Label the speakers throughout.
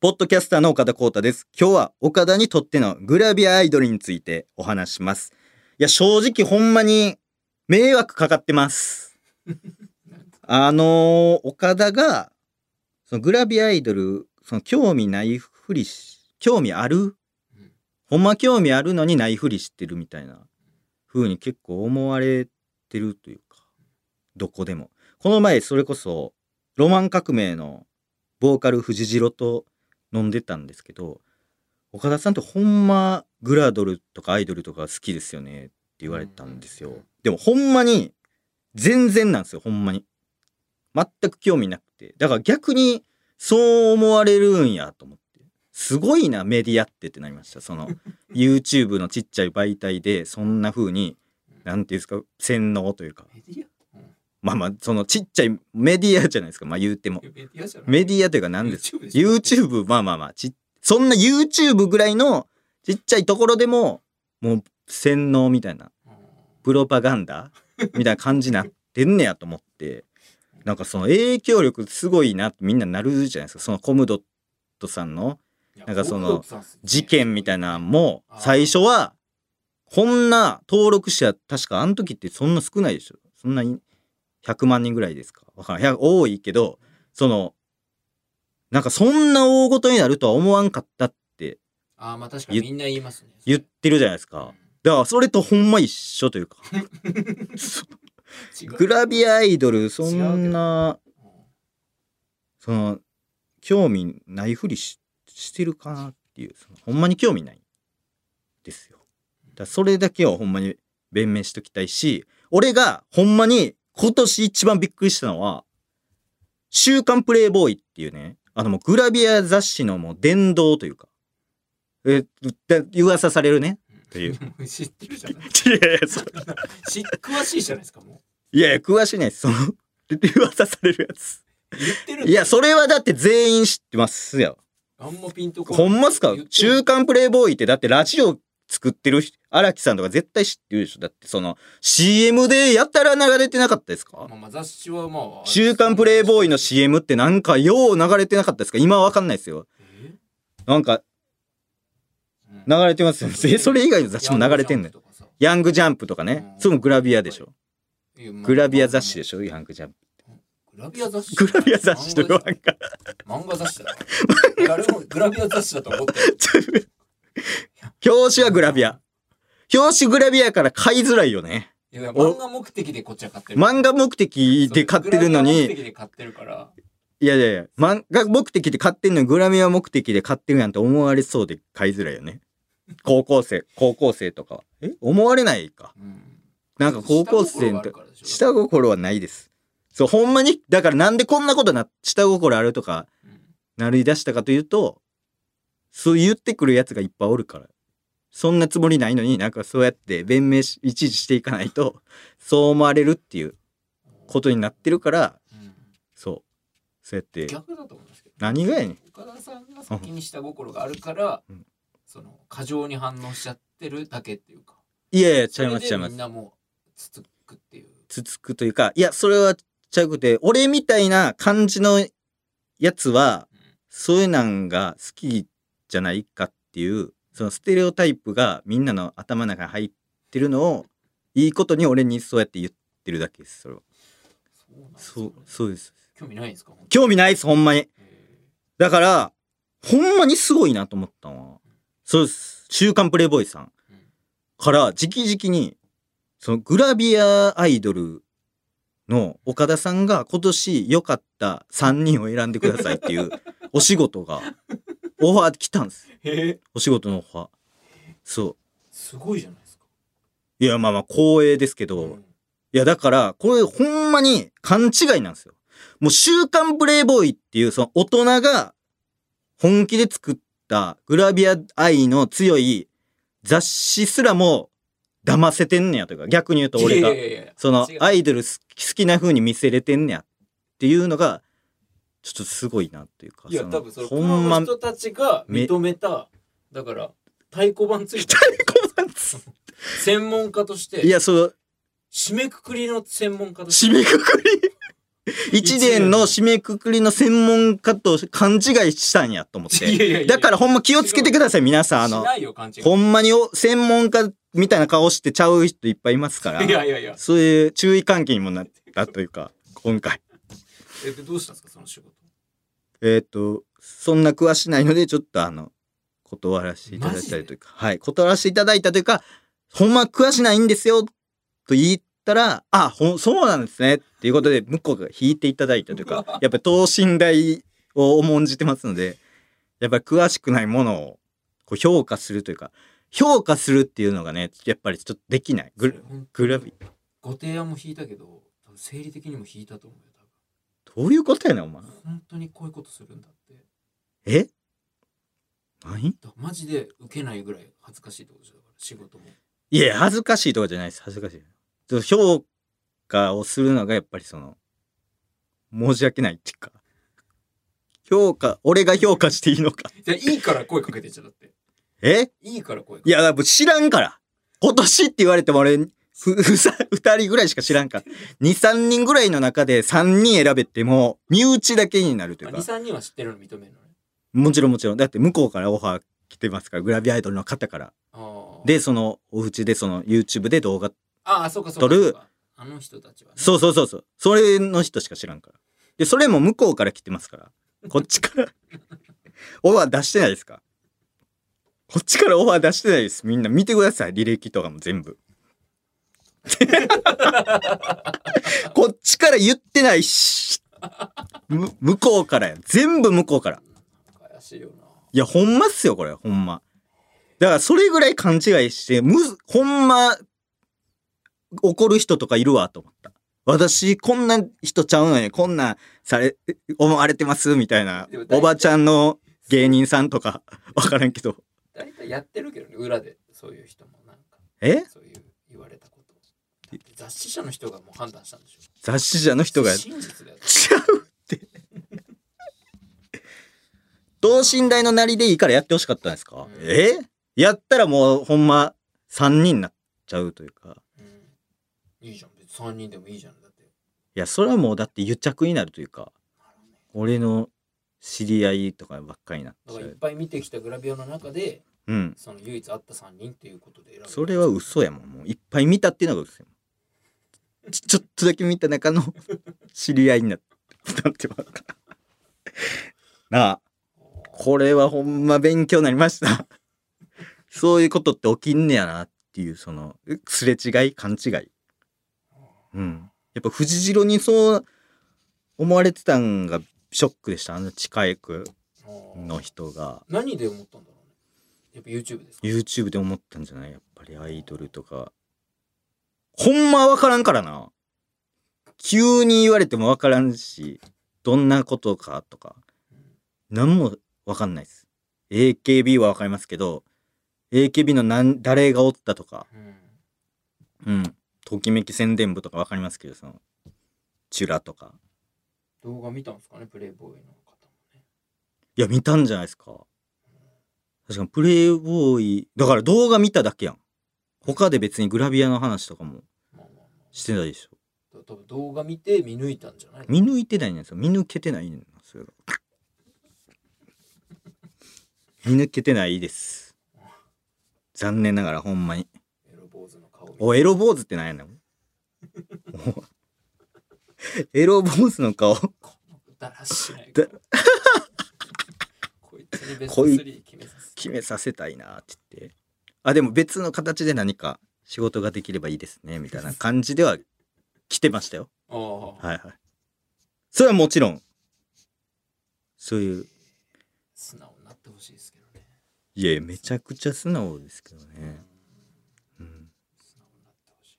Speaker 1: ポッドキャスターの岡田光太です。今日は岡田にとってのグラビアアイドルについてお話します。いや、正直ほんまに迷惑かかってます。あのー岡田が、そのグラビアアイドル、その興味ないふりし、興味ある
Speaker 2: うん
Speaker 1: ほんま興味あるのにないふりしてるみたいな風に結構思われてるというか、どこでも。この前それこそ、ロマン革命のボーカル藤次郎と飲んでたんですけど岡田さんってほんまグラドルとかアイドルとか好きですよねって言われたんですよ、
Speaker 2: うん
Speaker 1: でもほんまに全然なんですよほんまに全く興味なくてだから逆にそう思われるんやと思ってすごいなメディアってってなりましたその YouTube のちっちゃい媒体でそんな風になんていうんですか洗脳というか
Speaker 2: メディア、
Speaker 1: まあまあそのちっちゃいメディアじゃないですかまあ言うても
Speaker 2: メディアじゃない
Speaker 1: メディアというか何ですか
Speaker 2: YouTube でしょ
Speaker 1: YouTube まあまあまあちそんな YouTube ぐらいのちっちゃいところでももう洗脳みたいな
Speaker 2: うん
Speaker 1: プロパガンダみたいな感じになってんねやと思ってなんかその影響力すごいなってみんななるじゃないですかそのコムドットさんの
Speaker 2: いや
Speaker 1: なんかその
Speaker 2: 僕奥さんっすね
Speaker 1: 事件みたいなのも最初はこんな登録者確かあの時ってそんな少ないでしょそんなに100万人ぐらいですかわからん100多いけどそのなんかそんな大ごとになるとは思わんかったって
Speaker 2: あーまあ確かにみんな言いますね
Speaker 1: 言ってるじゃないですかだからそれとほんま一緒というか
Speaker 2: 違う
Speaker 1: グラビアアイドルそんなその興味ないふりししてるかなっていうそのほんまに興味ないですよだからそれだけはほんまに弁明しときたいし俺がほんまに今年一番びっくりしたのは「週刊プレイボーイ」っていうねあのもうグラビア雑誌のもう殿堂というかえだ噂されるね
Speaker 2: うん
Speaker 1: ていう
Speaker 2: もう知ってるじゃない
Speaker 1: いやいやそ
Speaker 2: し詳しいじゃないですかも
Speaker 1: いやいや詳しいねその噂されるやつ
Speaker 2: う言ってるんだ
Speaker 1: いやそれはだって全員知ってますよ
Speaker 2: あんまピンとこ
Speaker 1: ほんますか
Speaker 2: 言ってる
Speaker 1: 週刊プレイボーイってだってラジオ作ってる人荒木さんとか絶対知ってるでしょだってその CM でやたら流れてなかったですか
Speaker 2: まあまあ雑誌はまあ
Speaker 1: 週刊プレイボーイの
Speaker 2: し
Speaker 1: CM ってなんかよう流れてなかったですか今わかんないですよ。
Speaker 2: え
Speaker 1: なんか
Speaker 2: うん
Speaker 1: 流れて ますよ。え、それ以外の雑誌も流れてんねん
Speaker 2: ヤングジャンプ。とかさ
Speaker 1: ヤングジャンプとかね。
Speaker 2: うん
Speaker 1: それもグラビアでしょ。
Speaker 2: いやまあ
Speaker 1: グラビア雑誌でしょヤングジャンプ。
Speaker 2: グラビア雑誌
Speaker 1: グラビア雑誌とかなんか。
Speaker 2: 漫画雑誌だ誰もグラビア雑誌だと思ってる
Speaker 1: 表紙はグラビア。表紙グラビアから買いづらいよね。
Speaker 2: いや漫画目的でこっちは買ってる
Speaker 1: 漫画目的で買ってるの
Speaker 2: そうグラビア目
Speaker 1: に、
Speaker 2: 的で買ってるから
Speaker 1: いやいやいや、漫画目的で買ってんのにグラミア目的で買ってるなんて思われそうで買いづらいよね。高校生、高校生とかは。え思われないか。
Speaker 2: うん
Speaker 1: なんか高校生
Speaker 2: 下心がある
Speaker 1: と
Speaker 2: からでしょ
Speaker 1: 下心はないです。そう、ほんまに、だからなんでこんなことな、下心あるとか、
Speaker 2: うん
Speaker 1: なり出したかというと、そう言ってくるやつがいっぱいおるから。そんなつもりないのになんかそうやって弁明し、いちいちしていかないと、そう思われるっていうことになってるから、
Speaker 2: うん
Speaker 1: そう。そうやって。
Speaker 2: 逆だと思うんですけど
Speaker 1: 何がやねん。
Speaker 2: 岡田さんが先に下心があるから、
Speaker 1: うん
Speaker 2: その過剰に反応しちゃってるだけっていうか
Speaker 1: いやいや、ちゃい
Speaker 2: それ
Speaker 1: ます、
Speaker 2: で
Speaker 1: ちゃいま
Speaker 2: みん
Speaker 1: す。
Speaker 2: なもうつつくっていう
Speaker 1: つつくというか、いや、それはちゃうくて、俺みたいな感じのやつは、そういうなんが好きじゃないかっていう、そのステレオタイプがみんなの頭の中に入ってるのを、いいことに俺にそうやって言ってるだけです、それは。
Speaker 2: そうなんです
Speaker 1: そ
Speaker 2: よ
Speaker 1: う
Speaker 2: ね、
Speaker 1: そうです。
Speaker 2: 興味ないんですか本当
Speaker 1: 興味ないです、ほんまに。
Speaker 2: にへ
Speaker 1: だから、ほんまにすごいなと思ったのは、そうです。週刊プレイボーイさん
Speaker 2: うん
Speaker 1: から直々に、そのグラビアアイドルの岡田さんが今年良かった3人を選んでくださいっていうお仕事が、オファー来たんです。
Speaker 2: えへえ
Speaker 1: お仕事のオファー。そ
Speaker 2: すごいじゃないですか
Speaker 1: う。いや、まあまあ光栄ですけど、
Speaker 2: うん
Speaker 1: いや、だから、これほんまに勘違いなんですよ。もう週刊プレイボーイっていう、その大人が本気で作ったグラビア愛の強い雑誌すらも騙せてんねやというか、逆に言うと俺が
Speaker 2: い、やいやいや
Speaker 1: その
Speaker 2: 違う
Speaker 1: アイドル好き好きな風に見せれてんねやっていうのが、ちょっとすごいなというか、
Speaker 2: いや
Speaker 1: の
Speaker 2: 多分そのプ
Speaker 1: ほ
Speaker 2: ロ
Speaker 1: んま
Speaker 2: の、人たちが認めただから太鼓判つ いた専門家として
Speaker 1: いや、その、
Speaker 2: 締めくくりの専門家として
Speaker 1: 締めくくり 一年の締めくくりの専門家と勘違いしたんやと思っ
Speaker 2: いやいやい
Speaker 1: て。
Speaker 2: や
Speaker 1: だからほんま気をつけてください、皆さん。あ
Speaker 2: し
Speaker 1: の、
Speaker 2: ないよ、勘違い。
Speaker 1: ほんまにお専門家みたいな顔してちゃう人いっぱいいますから
Speaker 2: い、やいやいや。
Speaker 1: そういう注意喚起にもなったというか、今回。
Speaker 2: え、でどうしたんですか、その仕事。
Speaker 1: えっ、と、そんな詳しないので、ちょっとあの、断らせていただいたりというか、はい、断らせていただいたというか、ほんま詳しないんですよ、と言ったら、あ、ほん、そうなんですね、っていうことで、向こうが引いていただいたという
Speaker 2: う
Speaker 1: か、やっぱり等身大を重んじてますので、やっぱり詳しくないものをこう評価するというか、評価するっていうのがね、やっぱりちょっとできない。グルグラビ。
Speaker 2: ご提案も引いたけど、多分生理的にも引いたと思うよ、
Speaker 1: どういうことやねん、お前
Speaker 2: 多。分。本当にこういうことするんだって。
Speaker 1: え何
Speaker 2: だマジで受けないぐらい恥ずかしいってことじゃんだから仕事も
Speaker 1: いや、恥ずかしいとかじゃないです。恥ずかしい。ちょっと評価をするのがやっぱりその、申し訳ないっていうか、評価、俺が評価していいのか。
Speaker 2: じゃあいいから声かけてちゃだって
Speaker 1: え
Speaker 2: いいから声か
Speaker 1: い
Speaker 2: けて
Speaker 1: や、もう知らんから。今年って言われても俺、ふ、ふさ、二人ぐらいしか知らんから。二、三人ぐらいの中で三人選べても、身内だけになるというか。
Speaker 2: 23人は知ってるの認めるのね
Speaker 1: もちろんもちろん。だって向こうからオファー来てますから、グラビアアイドルの方から。
Speaker 2: ああ
Speaker 1: で、その、お家でその、YouTube で動画
Speaker 2: ああそうかそうか
Speaker 1: 撮る
Speaker 2: そうかあの人たちはね
Speaker 1: そうそうそうそう。それの人しか知らんから。で、それも向こうから来てますから。こっちから。 オファー出してないですかこっちからオファー出してないです。みんな見てください。履歴とかも全部。 こっちから言ってないし。む向こうからや。全部向こうから。
Speaker 2: 怪しいよない
Speaker 1: や、ほんまっすよ、これ。ほんま。だから、それぐらい勘違いして、むず、ほんま、怒る人とかいるわ、と思った。私、こんな人ちゃうのに、こんな、され、思われてます、みたいな
Speaker 2: でも大、体
Speaker 1: おばちゃんの芸人さんとか、わからんけど。
Speaker 2: 大体やってるけどね裏でそういう人もなんか
Speaker 1: え
Speaker 2: そういう言われたことだって雑誌社の人がもう判断したんでしょ
Speaker 1: 雑誌社の人が、違
Speaker 2: 真実だよ
Speaker 1: うって。等身大のなりでいいからやってほしかったんですか、
Speaker 2: うん
Speaker 1: えやったらもう、ほんま、3人になっちゃうというか。
Speaker 2: うんいいじゃん別に3人でもいいじゃんだって
Speaker 1: いやそれはもうだって癒着になるというか
Speaker 2: なるほどね
Speaker 1: 俺の知り合いとかばっかりになっ
Speaker 2: だ
Speaker 1: ちゃ
Speaker 2: からいっ
Speaker 1: う
Speaker 2: ぱい見てきたグラビアの中で
Speaker 1: うん
Speaker 2: その唯一あった3人っていうことで選ぶ
Speaker 1: それは嘘やもんもういっぱい見たっていうのが嘘やもんちちょっとだけ見た中の知り合いになったってばっかなあこれはほんま勉強になりましたそういうことって起きんねやなっていうそのすれ違い勘違いうんやっぱ藤代にそう思われてたんがショックでしたあの近い区
Speaker 2: あー
Speaker 1: の人が
Speaker 2: 何で思ったんだろうねやっぱ YouTube ですか
Speaker 1: YouTube で思ったんじゃないやっぱりアイドルとかほんまわからんからな急に言われてもわからんしどんなことかとか何もわかんないです AKB はわかりますけど AKB の何誰がおったとか
Speaker 2: うん
Speaker 1: うんときめき宣伝部とかわかりますけどそのチュラとか
Speaker 2: 動画見たんですかねプレイボーイの方もね
Speaker 1: いや見たんじゃないですか確かにプレイボーイだから動画見ただけやん他で別にグラビアの話とかも
Speaker 2: まあまあまあ
Speaker 1: してないでしょ
Speaker 2: だ多分動画見て見抜いたんじゃない
Speaker 1: 見抜いてないんですよ見抜けてないんですよ見抜けてないです残念ながらほんまに
Speaker 2: エロ坊主の顔見て
Speaker 1: おエロ坊主ってなんやねんおエロ坊主の顔
Speaker 2: だらしない
Speaker 1: だ
Speaker 2: こいつにベスト
Speaker 1: こい
Speaker 2: 3決めさせて
Speaker 1: 決めさせたいなって言ってあでも別の形で何か仕事ができればいいですねみたいな感じでは来てましたよ
Speaker 2: ああ
Speaker 1: はいはいそれはもちろんそういう
Speaker 2: 素直になってほしいですけどね
Speaker 1: いやめちゃくちゃ素直ですけどねうん
Speaker 2: 素直になってほしい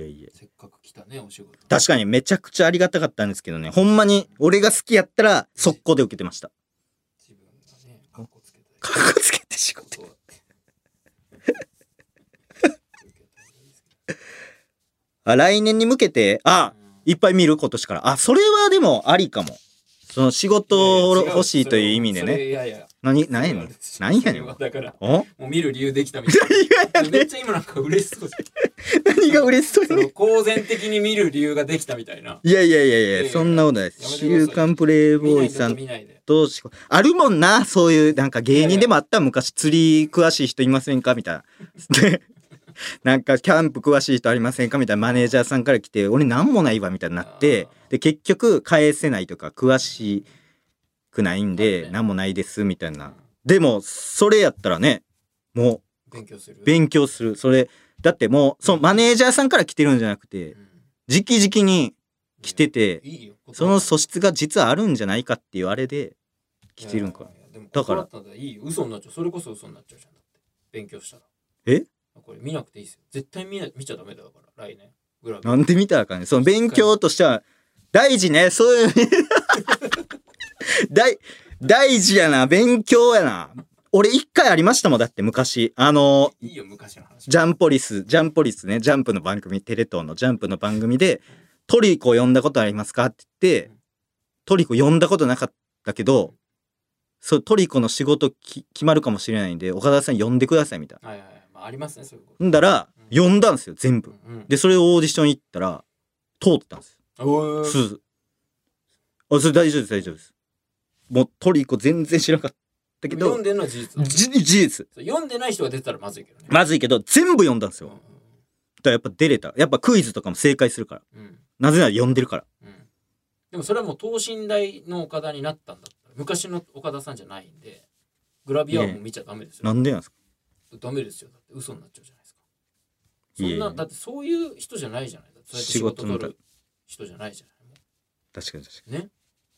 Speaker 1: いやいや
Speaker 2: なせっかく来たねお仕事
Speaker 1: 確かにめちゃくちゃありがたかったんですけどねほんまに俺が好きやったら速攻で受けてました
Speaker 2: 自分がねかっこつけたり
Speaker 1: かっこつけて仕事
Speaker 2: こう
Speaker 1: あ来年に向けてあ
Speaker 2: い
Speaker 1: いっぱい見る今年からあそれはでもありかもその仕事を欲しいという意味でね
Speaker 2: いやいや
Speaker 1: 何何やねん何やねん
Speaker 2: だから
Speaker 1: お
Speaker 2: もう見る理由できたみたい
Speaker 1: いや
Speaker 2: なめっちゃ今なんか嬉しそうじゃん
Speaker 1: 何が嬉しそう
Speaker 2: そ
Speaker 1: に
Speaker 2: の公然的に見る理由ができたみたいな。
Speaker 1: いやいやいやい
Speaker 2: いや
Speaker 1: や、そんなことないです。週刊プレイ
Speaker 2: 見
Speaker 1: ボ
Speaker 2: な
Speaker 1: ーイ
Speaker 2: い
Speaker 1: さ
Speaker 2: と
Speaker 1: ん
Speaker 2: 見ないで。
Speaker 1: としこ、あるもんな、そういう、なんか芸人でもあった、昔釣り詳しい人いませんかみたいな。 で、なんかキャンプ詳しい人ありませんかみたいなマネージャーさんから来て、俺なんもないわ、みたいになって
Speaker 2: あ、
Speaker 1: で、結局返せないとか、詳しくないん
Speaker 2: あ
Speaker 1: で
Speaker 2: っ、て
Speaker 1: なんもないです、みたいな。でも、それやったらね、も
Speaker 2: 勉強する
Speaker 1: う。勉強する。それ、だってもう、そのマネージャーさんから来てるんじゃなくて
Speaker 2: う、ん
Speaker 1: 直々に来てて、
Speaker 2: いいよ
Speaker 1: その素質が実はあるんじゃないかっていうあれで来てるんか
Speaker 2: い。やいやでも
Speaker 1: だから
Speaker 2: 断ったらいいよ嘘になっちゃうそれこそ嘘になっちゃうじゃんだって勉強したら
Speaker 1: え
Speaker 2: これ見なくていいですよ絶対見な見ちゃダメだから来年グラビー
Speaker 1: なんで見たらあかんねんその勉強としては大事ね。そう いう大大事やな。勉強やな。俺一回ありましたもんだって昔あの
Speaker 2: いいよ昔の話
Speaker 1: ジャンポリスジャンポリスねジャンプの番組テレ東のジャンプの番組で「トリコ呼んだことありますか?」って言ってトリコ呼んだことなかったけどそうトリコの仕事き決まるかもしれないんで岡田さん呼んでくださいみたいな。
Speaker 2: はいはいはい、まあ、ありますねそういうこと
Speaker 1: んだら、
Speaker 2: うん
Speaker 1: 呼んだんですよ、全部。
Speaker 2: うんうん
Speaker 1: で、それをオーディション行ったら、通ってたんです
Speaker 2: お
Speaker 1: よ。
Speaker 2: ー
Speaker 1: すず。あ、それ大丈夫です、大丈夫です。もうトリコ全然知らなかったけ
Speaker 2: 読
Speaker 1: ど
Speaker 2: ん、でんのは事実だ
Speaker 1: じ事実。
Speaker 2: 読んでない人が出てたらまずいけどね
Speaker 1: まずいけど、全部読んだんですよ。
Speaker 2: う
Speaker 1: だ
Speaker 2: ん
Speaker 1: からやっぱ出れた。やっぱクイズとかも正解するから。
Speaker 2: うんうん
Speaker 1: なぜなら読んでるから。
Speaker 2: うんでもそれはもう等身大の岡田になったんだったら昔の岡田さんじゃないんでグラビアはもう見ちゃダメですよ
Speaker 1: なんでなんですか
Speaker 2: ダメですよだって嘘になっちゃうじゃないですかそ
Speaker 1: いえいえ
Speaker 2: んなだってそういう人じゃないじゃないだってそうやって仕事取る人じゃないじゃないも
Speaker 1: 確かに確か
Speaker 2: うね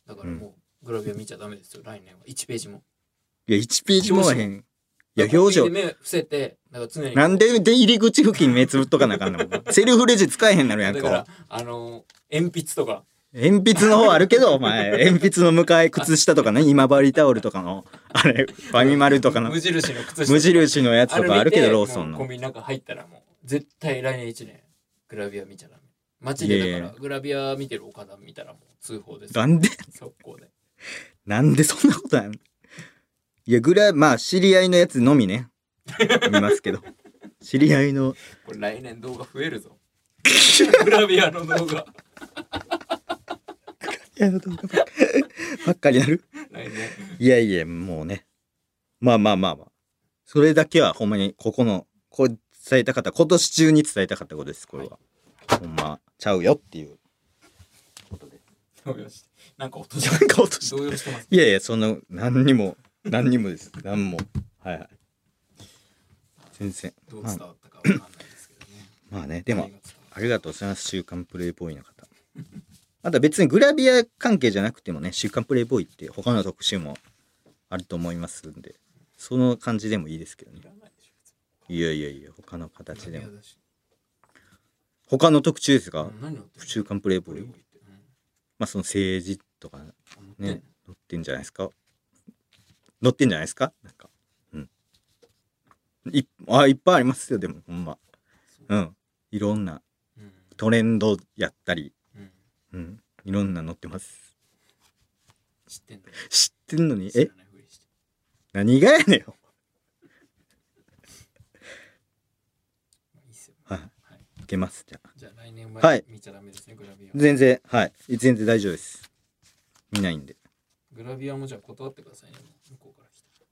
Speaker 2: だからもうグラビア見ちゃダメですよ来年は1ページも
Speaker 1: に。いや、1ページもらへん。いや、表
Speaker 2: コ
Speaker 1: 情
Speaker 2: ン。ビニで目伏せてなんか常にこう
Speaker 1: なんで出入り口付近目つぶっとかなあかんの セルフレジ使えへんなるやん
Speaker 2: だか。
Speaker 1: から
Speaker 2: あのー鉛筆とか
Speaker 1: 鉛筆の方あるけど、お前。鉛筆の向かい、靴下とかね、今治タオルとかの、あれ、ファミマルとかの
Speaker 2: 無、印の靴下
Speaker 1: 無印のやつ
Speaker 2: あ
Speaker 1: と
Speaker 2: れ
Speaker 1: かあるけど、ローソン
Speaker 2: もうコ
Speaker 1: の
Speaker 2: ン。ビニなんか入ったらもう絶対来年1年グラビア見ちゃダメ街でだ
Speaker 1: い
Speaker 2: か
Speaker 1: やい
Speaker 2: らグラビア見てる岡田見たらもう通報です
Speaker 1: なんで、
Speaker 2: 速攻で
Speaker 1: なんでそんなことなんいや、ぐらい、まあ、知り合いのやつのみね。見ますけど。知り合いの。
Speaker 2: これ来年動画増えるぞグラビアの動画
Speaker 1: いや、どうかばっかばっかりなる。
Speaker 2: 来年
Speaker 1: いやいや、もうね。まあまあまあまあ。それだけは、ほんまに、ここの、これ伝えたかった、今年中に伝えたかったことです、これは。ほんま、ちゃうよっていうことで。
Speaker 2: 動揺してなんか落とし
Speaker 1: なんか落とした
Speaker 2: 動揺してます
Speaker 1: いやいや、そんな、何にも、何にもです。何も。はいはい。全然。
Speaker 2: どう伝わったかわかんないですけどね
Speaker 1: まあね、でも
Speaker 2: 何が伝わ、った
Speaker 1: ありがとうございます、週刊プレイボーイの方。あとは別にグラビア関係じゃなくてもね、週刊プレイボーイって他の特集もあると思いますんで、その感じでもいいですけどね
Speaker 2: い。らないでしょ別に
Speaker 1: いやいやいや、他の形で
Speaker 2: グラ
Speaker 1: も。
Speaker 2: ビアだし
Speaker 1: 他の特集です
Speaker 2: う
Speaker 1: が、
Speaker 2: ん何乗ってる
Speaker 1: 週刊プレイボーイ。
Speaker 2: う
Speaker 1: まあその政治とかね、
Speaker 2: ん乗ってんの
Speaker 1: 載ってんじゃないですか。載ってんじゃないですかなんか。うん。いあ、いっぱいありますよ、でも、ほんま。うん。いろんな
Speaker 2: うん
Speaker 1: トレンドやったり、
Speaker 2: うん
Speaker 1: うん。いろんな載ってます。
Speaker 2: 知ってんの
Speaker 1: 知ってんのに、
Speaker 2: 知
Speaker 1: え
Speaker 2: らないふりして
Speaker 1: 何がやねん よ。
Speaker 2: まあいいっすよ
Speaker 1: はい。
Speaker 2: はい
Speaker 1: いけます、じゃあ。
Speaker 2: じゃあ来年
Speaker 1: は
Speaker 2: はい見ちゃダメですね、グラビア。
Speaker 1: 全然、はい。全然大丈夫です。見ないんで。
Speaker 2: グラビアもじゃあ断ってくださいね、もう向こうから来た。
Speaker 1: い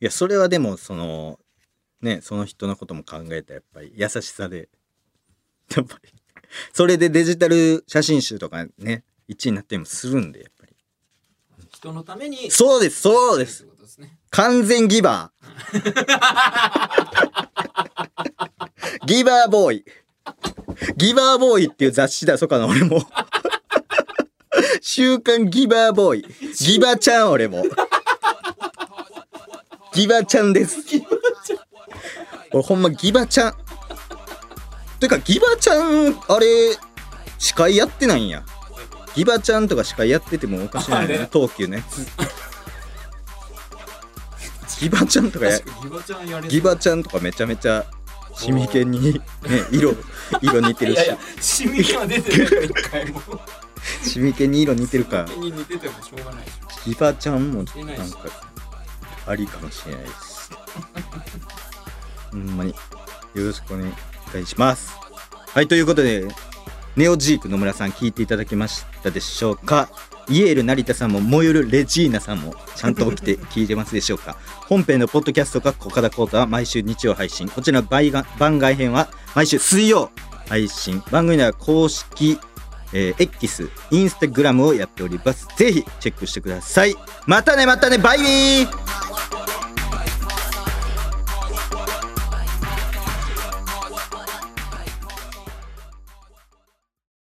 Speaker 1: や、それはでも、その、ね、その人のことも考えたやっぱり優しさで、 やっぱり、それでデジタル写真集とかね、1位になったりもするんで、やっぱり。
Speaker 2: 人のために。
Speaker 1: そうです、そうです。
Speaker 2: ってことですね。
Speaker 1: 完全ギバー。ギバーボーイ。ギバーボーイっていう雑誌だ、そかな、俺も。週刊ギバーボーイ。ギバちゃん、俺も。ギバちゃんです。俺ほんまギバちゃん。てか、ギバちゃん、あれ、司会やってないんや。ギバちゃんとか司会やっててもおかしない
Speaker 2: あ
Speaker 1: ね
Speaker 2: れ、
Speaker 1: 東急ね。ギバちゃんとかや
Speaker 2: 確。かギバちゃんやれそう。
Speaker 1: ギバちゃんとかめちゃめちゃシミケンに、ね、色色似てる
Speaker 2: いやい
Speaker 1: し
Speaker 2: や、シミが出てるから一 回も。
Speaker 1: シミケンに色似てるから
Speaker 2: シミに似ててもしょうがないでしょ。
Speaker 1: ギバちゃんもなん
Speaker 2: いないし
Speaker 1: かありかもしれないですほんまによろしくお願い願いしますはいということでネオジーク野村さん聞いていただきましたでしょうかイエール成田さんも燃ゆるレジーナさんもちゃんと起きて聞いてますでしょうか本編のポッドキャストか岡田コータは毎週日曜配信こちらの番外番外編は毎週水曜配信番組では公式えー、X、インスタグラムをやっております。ぜひチェックしてください。またね、またね、バイビー